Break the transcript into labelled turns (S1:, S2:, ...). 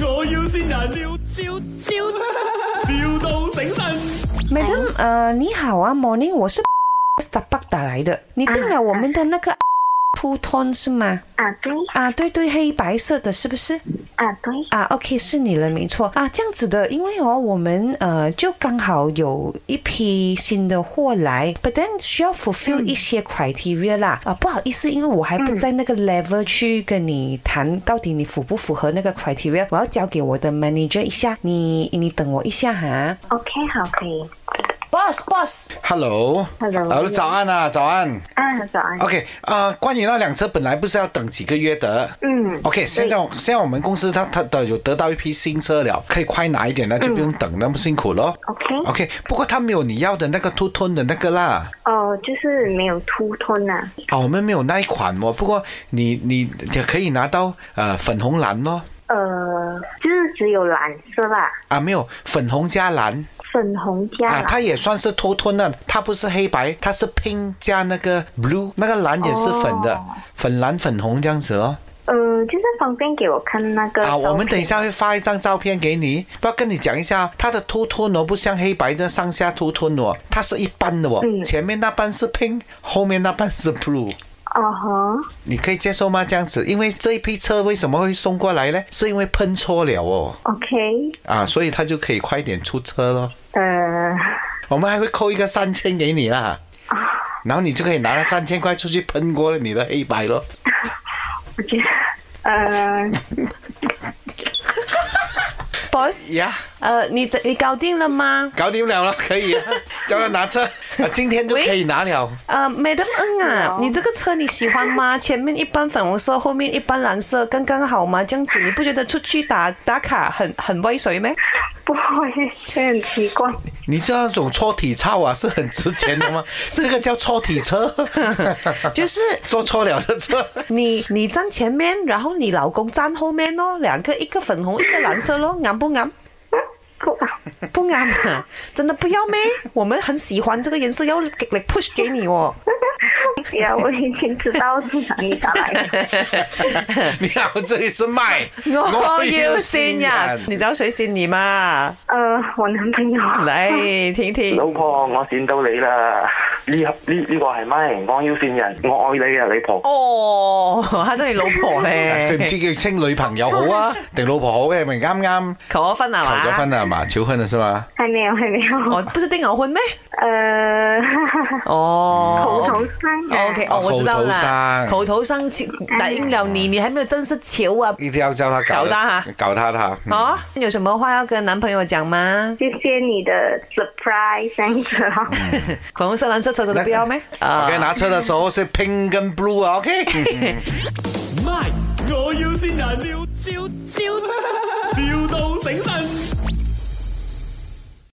S1: 要先人，笑笑笑，,笑到醒神。
S2: Madam，呃，你好啊，Morning，我是 啊 Starbucks 打来的，你订了我们的那个 Two Tone 是吗？
S3: 啊对
S2: 啊，对对，黑白色的，是不是？
S3: 啊对
S2: 啊，OK，是你了，没错啊，这样子的，因为哦，我们呃就刚好有一批新的货来，but then 需要 fulfill 一些 criteria 啦、啊，不好意思，因为我还不在那个 level 去跟你谈到底你符不符合那个 criteria，我要交给我的 manager 一下，你你等我一下哈
S3: ，OK 好可以。
S2: ，boss boss，
S4: Hello，Hello，
S3: Hello
S4: 早安啊，早安。
S3: 啊早安。
S4: OK 啊、关于那辆车本来不是要等几个月的。
S3: 嗯
S4: OK，现在现在我们公司它它的有得到一批新车了，可以快拿一点
S3: 嗯
S4: 了，就不用等那么辛苦咯。
S3: ，OK，
S4: OK，不过它没有你要的那个兔吞的那个啦，
S3: 哦，就是没有秃吞呐。
S4: 啊，我们没有那一款哦。不过你你也可以拿到呃粉红蓝咯，
S3: 呃，就是只有蓝色啦，
S4: 啊没有粉红加蓝
S3: 粉红加
S4: 啊，
S3: 蓝。
S4: 它也算是兔吞的，它不是黑白，它是 pink 加那个 blue，那个蓝也是粉的，
S3: 哦
S4: 粉蓝粉红这样子咯。
S3: 呃，就是方便给我看那个
S4: 啊，我们
S3: 照片
S4: 等一下会发一张照片给你，不要跟你讲一下，它的秃吞哦，不像黑白的上下秃吞哦，它是一般的哦，
S3: 嗯
S4: 前面那半是 pink，后面那半是 blue。
S3: 哦呵，
S4: 你可以接受吗？这样子，因为这一批车为什么会送过来呢？是因为喷错了哦，
S3: OK，
S4: 啊，所以它就可以快点出车咯。
S3: 呃，
S4: 我们还会扣一个三千给你啦，然后你就可以拿了三千块出去喷过你的黑白咯。
S3: 我觉得，呃，
S2: boss，
S4: 呀、
S2: 呃，你的你搞定了吗？
S4: 搞定了了，可以、啊，叫他拿车，啊，今天就可以拿了。
S2: 呃，Madam N 啊，你这个车你喜欢 吗？前面一般粉红色，后面一般蓝色，刚刚好吗？这样子你不觉得出去打打卡很很威水 咩？
S3: 不会，这很奇怪。
S4: 你知道那种搓体操啊是很值 钱的吗？这个叫搓体车，
S2: 就是
S4: 做错了的车。
S2: 你你站前面，然后你老公站后面咯，两个一个粉红一个蓝色咯，啱不啱？
S3: 不，
S2: 不啱 啊！真的不要咩？我们很喜欢这个颜色，要极力 push 给你哦。
S3: 呀，我已经知道是哪里打来 的。
S4: 你好，这里是麦，
S2: 我哦要先啊
S4: 啊
S2: 人，你知道谁先你嘛？
S3: 呃，我男朋友。
S2: 来听听。
S5: 老婆，我善到你啦！呢呢呢個係咪？我要善人，我愛你啊，你婆。
S2: 哦，他真系老 婆
S4: 佢唔
S2: 咧，
S4: 知叫清女朋友好啊， 定老婆好嘅，咪啱啱
S2: 求咗婚啊
S4: 求
S2: 嘛？
S4: 咗婚啦嘛，求婚啊啦是嘛？
S3: 还没有，还没有。
S2: 哦，不是订牛婚咩？
S3: 呃，口
S2: 哦
S3: 头上啊。
S2: ，OK，哦，我知道啦，口
S4: 口
S2: 头上答应了你，你还没有正式求啊？
S4: 一定要叫他
S2: 搞啊他哈
S4: 搞他他。嗯
S2: 哦，有什么话要跟男朋友讲吗？
S3: 谢谢你的 surprise，这样子咯。
S2: 粉红色、蓝色、橙色都不要咩？啊
S4: OK，拿车的时候是 pink 跟 blue 啊，OK。
S1: My，我要先人，笑笑笑，